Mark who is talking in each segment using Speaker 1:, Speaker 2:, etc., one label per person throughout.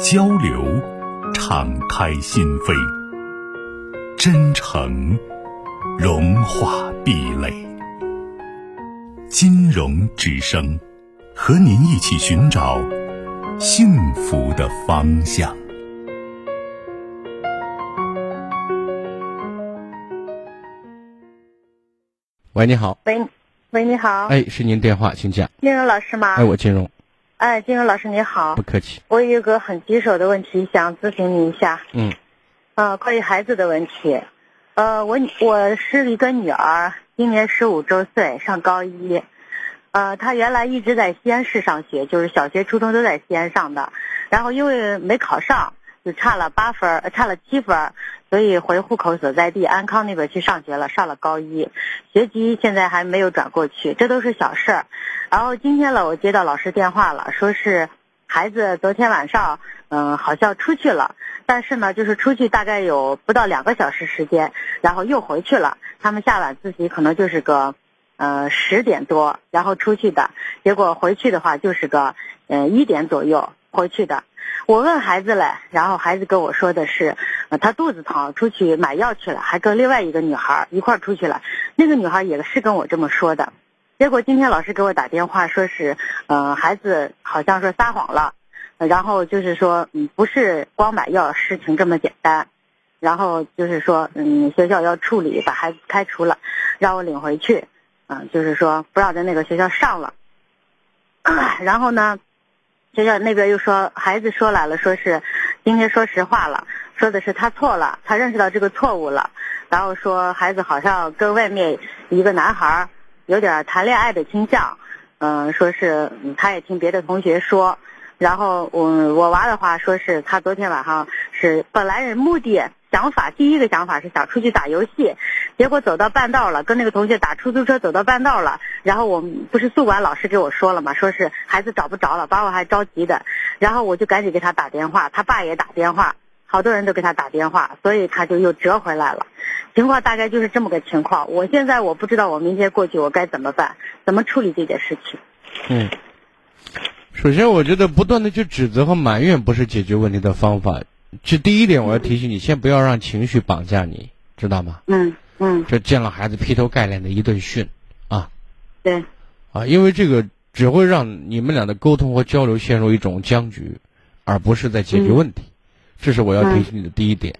Speaker 1: 交流，敞开心扉，真诚融化壁垒。金融之声，和您一起寻找幸福的方向。
Speaker 2: 喂，你好。
Speaker 3: 喂，喂，你好。
Speaker 2: 哎，是您电话，请讲。
Speaker 3: 金荣老师吗？
Speaker 2: 哎，我金融。
Speaker 3: 哎，金荣老师你好
Speaker 2: 不。客气。
Speaker 3: 我有一个很棘手的问题想咨询你一下，
Speaker 2: 嗯
Speaker 3: 呃，关于孩子的问题。呃，我女我是一个女儿，今年十五周岁，上高一。呃，她原来一直在西安市上学，就是小学、初中都在西安上的。然后因为没考上，就差了八分儿，呃差了七分儿，所以回户口所在地安康那边去上学了，上了高一。学籍现在还没有转过去，这都是小事儿。然后今天了，我接到老师电话了，说是孩子昨天晚上，嗯，好像出去了，但是呢，就是出去大概有不到两个小时时间，然后又回去了。他们下晚自习可能就是个，呃，十点多，然后出去的，结果回去的话就是个，呃，一点左右回去的。我问孩子嘞，然后孩子跟我说的是，呃、他肚子疼，出去买药去了，还跟另外一个女孩儿一块儿出去了。那个女孩儿也是跟我这么说的。结果今天老师给我打电话，说是，呃，孩子好像说撒谎了，呃然后就是说，嗯，不是光买药事情这么简单，然后就是说，嗯，学校要处理，把孩子开除了，让我领回去，嗯、就是说不让在那个学校上了。然后呢，学校那边又说，孩子说来了，说是今天说实话了，说的是他错了，他认识到这个错误了，然后说孩子好像跟外面一个男孩儿有点儿谈恋爱的倾向，嗯、说是嗯他也听别的同学说，然后我我娃的话说是他昨天晚上是本来是目的想法，第一个想法是想出去打游戏，结果走到半道了，跟那个同学打出租车走到半道了，然后我们不是宿管老师给我说了嘛，说是孩子找不着了，把我还着急的，然后我就赶紧给他打电话，他爸也打电话，好多人都给他打电话，所以他就又折回来了。情况大概就是这么个情况。我现在我不知道我明天过去我该怎么办，怎么处理这件事情。
Speaker 2: 嗯。首先，我觉得不断的去指责和埋怨不是解决问题的方法。这第一点，我要提醒你，先不要让情绪绑架你，知道吗？
Speaker 3: 嗯嗯，
Speaker 2: 这见了孩子劈头盖脸的一顿训啊
Speaker 3: 对，
Speaker 2: 啊！因为这个只会让你们俩的沟通和交流陷入一种僵局，而不是在解
Speaker 3: 嗯
Speaker 2: 决问题。这是我要提醒你的第一点。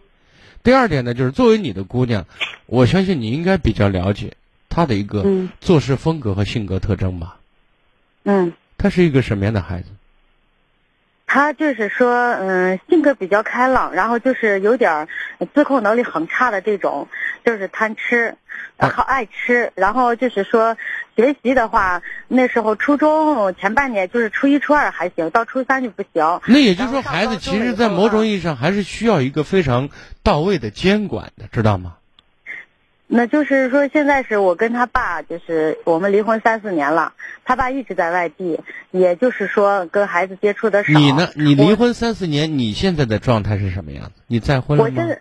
Speaker 2: 第二点呢，就是作为你的姑娘，我相信你应该比较了解她的一个
Speaker 3: 嗯
Speaker 2: 做事风格和性格特征吧。
Speaker 3: 嗯，
Speaker 2: 她是一个什么样的孩子？
Speaker 3: 他就是说，嗯，性格比较开朗，然后就是有点儿自控能力很差的这种，就是贪吃，
Speaker 2: 啊
Speaker 3: 然后爱吃，然后就是说学习的话，那时候初中前半年就是初一初二还行，到初三就不行。
Speaker 2: 那也就是
Speaker 3: 然
Speaker 2: 说，
Speaker 3: 后上
Speaker 2: 孩子
Speaker 3: 高中
Speaker 2: 其
Speaker 3: 了
Speaker 2: 实，
Speaker 3: 以
Speaker 2: 在
Speaker 3: 后
Speaker 2: 某种
Speaker 3: 呢
Speaker 2: 意义上还是需要一个非常到位的监管的，知道吗？
Speaker 3: 那就是说，现在是我跟他爸，就是我们离婚三四年了，他爸一直在外地，也就是说跟孩子接触的少。
Speaker 2: 你呢？你离
Speaker 3: 我？
Speaker 2: 婚三四年，你现在的状态是什么样子？你再婚了
Speaker 3: 我
Speaker 2: 吗
Speaker 3: 现？在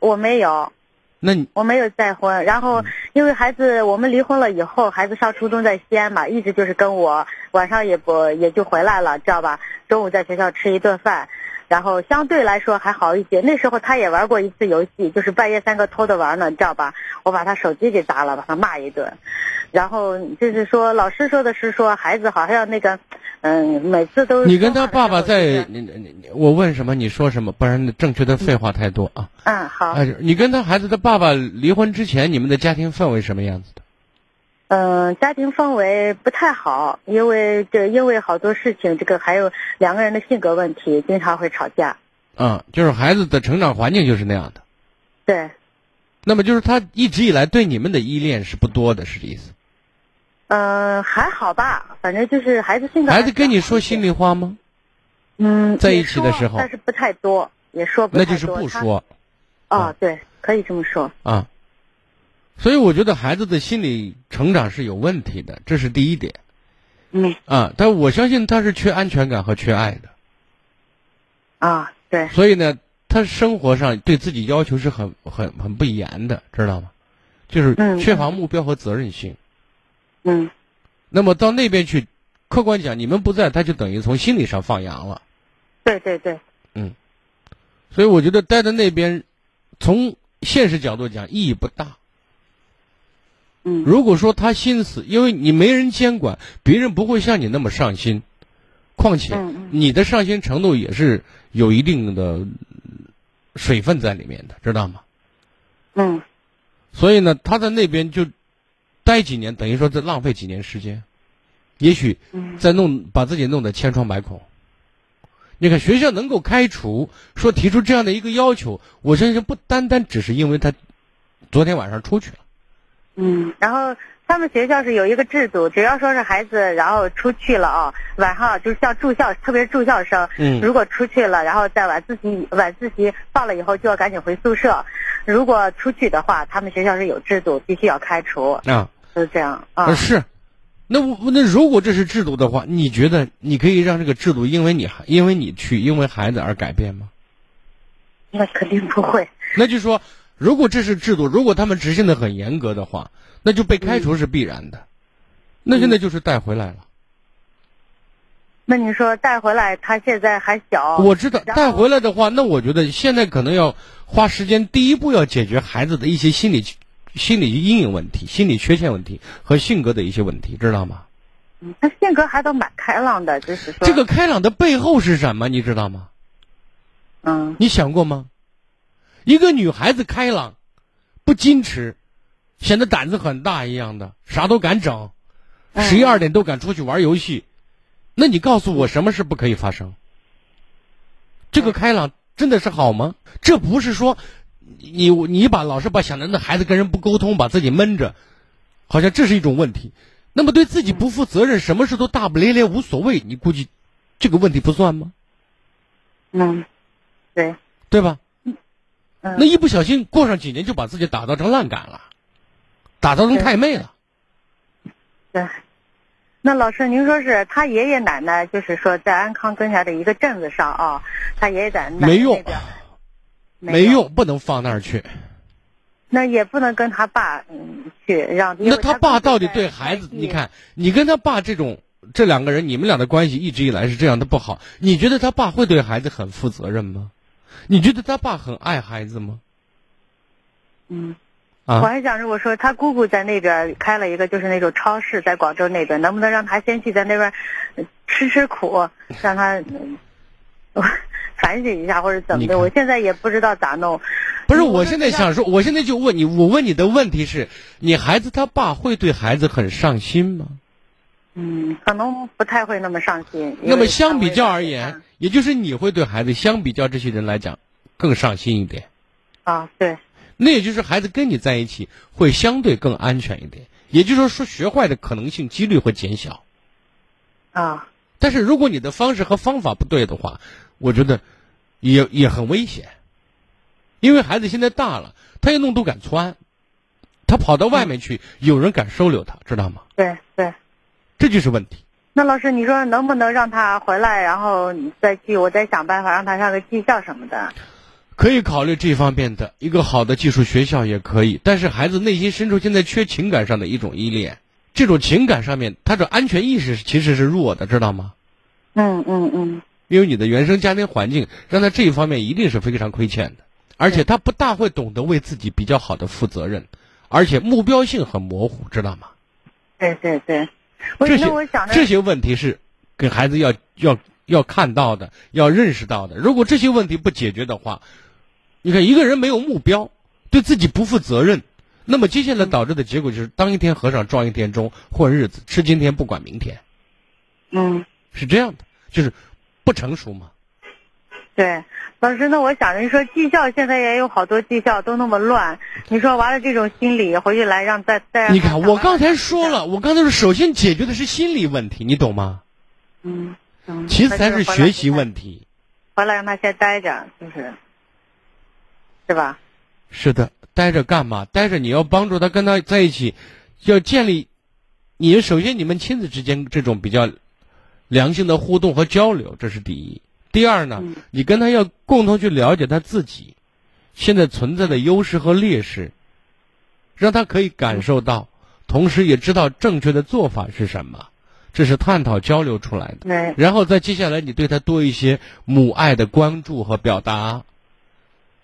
Speaker 3: 我没有，
Speaker 2: 那你
Speaker 3: 我没有再婚。然
Speaker 2: 嗯
Speaker 3: 后因为孩子，我们离婚了以后，孩子上初中在西安嘛，一直就是跟我晚上也不也就回来了，知道吧？中午在学校吃一顿饭，然后相对来说还好一些。那时候他也玩过一次游戏，就是半夜三更偷着玩呢，你知道吧？我把他手机给砸了，把他骂一顿。然后就是说，老师说的是说孩子好像那个，嗯，每次都
Speaker 2: 你跟他爸爸
Speaker 3: 说话的时
Speaker 2: 在
Speaker 3: 候就是，
Speaker 2: 你你你我问什么你说什么，不然正确的废话太多啊！
Speaker 3: 嗯好
Speaker 2: 哎，你跟他孩子的爸爸离婚之前，你们的家庭氛围什么样子的？
Speaker 3: 嗯，家庭氛围不太好，因为这因为好多事情，这个还有两个人的性格问题，经常会吵架。
Speaker 2: 啊，就是孩子的成长环境就是那样的。
Speaker 3: 对，
Speaker 2: 那么就是他一直以来对你们的依恋是不多的，是这意思？
Speaker 3: 呃嗯、还好吧，反正就是孩子性格。
Speaker 2: 孩子跟你说心。里话吗？
Speaker 3: 嗯，
Speaker 2: 在一
Speaker 3: 也
Speaker 2: 起的
Speaker 3: 说
Speaker 2: 时候
Speaker 3: 但是不太多，也说不
Speaker 2: 那
Speaker 3: 太多。
Speaker 2: 就是不
Speaker 3: 他。
Speaker 2: 说嗯
Speaker 3: 哦，对，可以这么说。
Speaker 2: 啊。所以我觉得孩子的心理成长是有问题的，这是第一点
Speaker 3: 嗯，
Speaker 2: 啊。但我相信他是缺安全感和缺爱的，
Speaker 3: 啊，对，
Speaker 2: 所以呢，他生活上对自己要求是很很很不严的，知道吗？就是
Speaker 3: 嗯
Speaker 2: 缺乏目标和责任心。
Speaker 3: 嗯，
Speaker 2: 那么到那边去，客观讲，你们不在，他就等于从心理上放羊了。
Speaker 3: 对对对，
Speaker 2: 所以我觉得待在那边，从现实角度讲意义不大。
Speaker 3: 嗯
Speaker 2: 如果说他心思，因为你没人监管，别人不会像你那么上心。况且
Speaker 3: 嗯嗯
Speaker 2: 你的上心程度也是有一定的水分在里面的，知道吗？
Speaker 3: 嗯，
Speaker 2: 所以呢，他在那边就待几年，等于说在浪费几年时间，也许
Speaker 3: 嗯
Speaker 2: 在弄把自己弄得千疮百孔。你看，学校能够开除，说提出这样的一个要求，我相信不单单只是因为他昨天晚上出去了。
Speaker 3: 嗯。然后他们学校是有一个制度，只要说是孩子然后出去了啊，晚上就是像住校，特别是住校生，
Speaker 2: 嗯
Speaker 3: 如果出去了，然后在晚自习晚自习放了以后就要赶紧回宿舍，如果出去的话，他们学校是有制度，必须要开除，
Speaker 2: 啊，
Speaker 3: 就是这样啊
Speaker 2: 呃。是，那我那如果这是制度的话，你觉得你可以让这个制度因为你因为你去因为孩子而改变吗？
Speaker 3: 那肯定不会，
Speaker 2: 那就说，如果这是制度，如果他们执行的很严格的话，那就被开除是必然的。那现在就是带回来了，
Speaker 3: 那你说带回来，他现在还小，
Speaker 2: 我知道
Speaker 3: 嗯然后
Speaker 2: 带回来的话，那我觉得现在可能要花时间，第一步要解决孩子的一些心理心理阴影问题、心理缺陷问题和性格的一些问题，知道吗？
Speaker 3: 嗯他性格还都蛮开朗的，就是说
Speaker 2: 这个开朗的背后是什么？你知道吗？
Speaker 3: 嗯
Speaker 2: 你想过吗？一个女孩子开朗，不矜持，显得胆子很大一样的，啥都敢整，
Speaker 3: 嗯
Speaker 2: 十一二点都敢出去玩游戏。那你告诉我，什么事不可以发生？这个开朗真的是好吗？这不是说你你把老是把想着那孩子跟人不沟通，把自己闷着，好像这是一种问题。那么对自己不负责任，什么事都大不咧咧无所谓，你估计这个问题不算吗？
Speaker 3: 嗯，对，
Speaker 2: 对吧？
Speaker 3: 嗯
Speaker 2: 那一不小心过上几年就把自己打造成烂杆了，打造成太妹了。
Speaker 3: 对。那老师，您说是他爷爷奶奶，就是说在安康跟前的一个镇子上啊，他爷爷奶奶
Speaker 2: 没用
Speaker 3: 那边没
Speaker 2: 没。用，不能放那儿去。
Speaker 3: 那也不能跟他爸嗯去让。因
Speaker 2: 那
Speaker 3: 为
Speaker 2: 他爸到底对孩子
Speaker 3: 自，己
Speaker 2: 你，看，你跟他爸这种这两个人，你们俩的关系一直以来是这样的不好。你觉得他爸会对孩子很负责任吗？你觉得他爸很爱孩子吗？
Speaker 3: 嗯，我
Speaker 2: 啊，
Speaker 3: 还想着我说他姑姑在那边开了一个就是那种超市，在广州那边，能不能让他先去在那边呃吃吃苦，让他 嗯我反省一下或者怎么
Speaker 2: 你
Speaker 3: 的？
Speaker 2: 看
Speaker 3: 我现在也不知道咋弄。
Speaker 2: 不是，
Speaker 3: 如果
Speaker 2: 我
Speaker 3: 说
Speaker 2: 现在
Speaker 3: 让
Speaker 2: 想说，我现在就问你，我问你的问题是，你孩子他爸会对孩子很上心吗？
Speaker 3: 嗯，可能不太会那么上心。因
Speaker 2: 那么
Speaker 3: 为
Speaker 2: 相比较而
Speaker 3: 安慰
Speaker 2: 言
Speaker 3: 他，
Speaker 2: 也就是你会对孩子相比较这些人来讲更上心一点，
Speaker 3: 啊，对，
Speaker 2: 那也就是孩子跟你在一起会相对更安全一点，也就是说说学坏的可能性几率会减小。
Speaker 3: 啊，
Speaker 2: 但是如果你的方式和方法不对的话，我觉得也也很危险，因为孩子现在大了，他一弄都敢窜，他跑到外面去，有人敢收留他，知道吗？
Speaker 3: 对对。
Speaker 2: 这就是问题。
Speaker 3: 那老师，你说能不能让他回来，然后再去，我再想办法让他上个技校什么的？
Speaker 2: 可以考虑这方面的一个好的技术学校也可以，但是孩子内心深处现在缺情感上的一种依恋，这种情感上面他的安全意识其实是弱的，知道吗？
Speaker 3: 嗯嗯嗯
Speaker 2: 因为你的原生家庭环境让他这一方面一定是非常亏欠的，而且他不大会懂得为自己比较好的负责任，而且目标性很模糊，知道吗？
Speaker 3: 对对对。我
Speaker 2: 这
Speaker 3: 那我
Speaker 2: 些
Speaker 3: 想着
Speaker 2: 这些问题是给孩子要要要看到的，要认识到的。如果这些问题不解决的话，你看一个人没有目标，对自己不负责任，那么接下来
Speaker 3: 嗯
Speaker 2: 导致的结果就是当一天和尚撞一天钟，混日子，吃今天不管明天，
Speaker 3: 嗯，
Speaker 2: 是这样的，就是不成熟嘛。
Speaker 3: 对，老师，那我想着你说技校现在也有好多技校都那么乱，你说完了这种心理回去来让再再让
Speaker 2: 你
Speaker 3: 他
Speaker 2: 看，
Speaker 3: 想
Speaker 2: 我
Speaker 3: 办法
Speaker 2: 刚才说了，我刚才说，首先解决的是心理问题，你懂吗？
Speaker 3: 嗯嗯
Speaker 2: 其次才是学习问题。
Speaker 3: 回来让他先待着，就是，是吧？
Speaker 2: 是的，待着干嘛？待着你要帮助他跟他在一起，要建立，你首先你们亲子之间这种比较良性的互动和交流，这是第一。第二呢，
Speaker 3: 嗯
Speaker 2: 你跟他要共同去了解他自己现在存在的优势和劣势，让他可以感受到，同时也知道正确的做法是什么，这是探讨交流出来的。
Speaker 3: 对，
Speaker 2: 然后再接下来，你对他多一些母爱的关注和表达，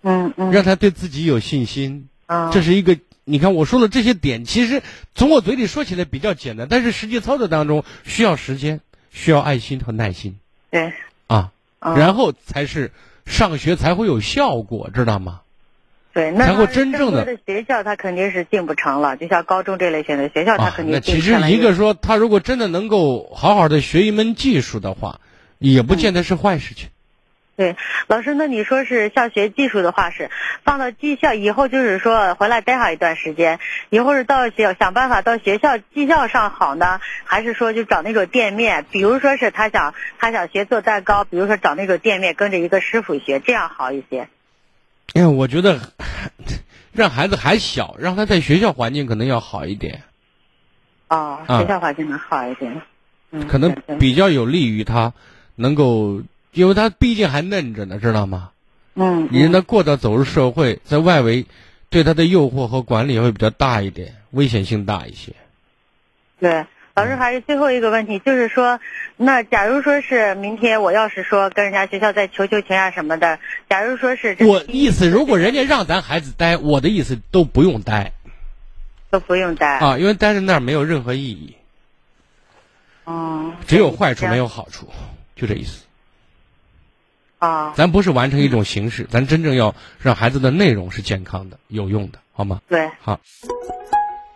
Speaker 3: 嗯嗯，
Speaker 2: 让他对自己有信心。
Speaker 3: 嗯
Speaker 2: 这是一个，你看我说的这些点，其实从我嘴里说起来比较简单，但是实际操作当中需要时间，需要爱心和耐心
Speaker 3: 对，
Speaker 2: 啊，
Speaker 3: 嗯
Speaker 2: 然后才是上学才会有效果，知道吗？
Speaker 3: 对，那
Speaker 2: 才会
Speaker 3: 他
Speaker 2: 真正的
Speaker 3: 规学校，他肯定是进不成了。就像高中这类型的学校，他
Speaker 2: 啊，
Speaker 3: 肯
Speaker 2: 那
Speaker 3: 定进
Speaker 2: 其
Speaker 3: 不成
Speaker 2: 实
Speaker 3: 了。
Speaker 2: 一个说他如果真的能够好好的学一门技术的话，也不见得是坏事情。
Speaker 3: 对，老师，那你说是像学技术的话是放到技校以后，就是说回来待上一段时间，以后是到学想办法到学校技校上好呢，还是说就找那种店面？比如说是他想他想学做蛋糕，比如说找那种店面跟着一个师傅学，这样好一些。
Speaker 2: 哎呀，我觉得 让孩子还小，让他在学校环境可能要好一点，
Speaker 3: 哦，
Speaker 2: 啊
Speaker 3: 学校环境能好一点。嗯，
Speaker 2: 可能
Speaker 3: 对对
Speaker 2: 比较有利于他能够，因为他毕竟还嫩着呢，知道吗？
Speaker 3: 嗯，
Speaker 2: 你让他过到走入社会，在外围对他的诱惑和管理会比较大一点，危险性大一些。
Speaker 3: 对，老
Speaker 2: 嗯
Speaker 3: 师还是最后一个问题，就是说，那假如说是明天我要是说跟人家学校再求求情啊什么的，假如说是这
Speaker 2: 我意思，如果人家让咱孩子待，我的意思都不用待
Speaker 3: 都不用待，
Speaker 2: 啊，因为待在那儿没有任何意义，
Speaker 3: 嗯，
Speaker 2: 只有坏处没有好处，就这意思。
Speaker 3: 啊、
Speaker 2: 咱不是完成一种形式，咱真正要让孩子的内容是健康的、有用的，好吗？
Speaker 3: 对。
Speaker 2: 好。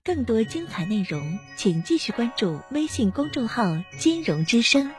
Speaker 4: 更多精彩内容，请继续关注微信公众号“金融之声”。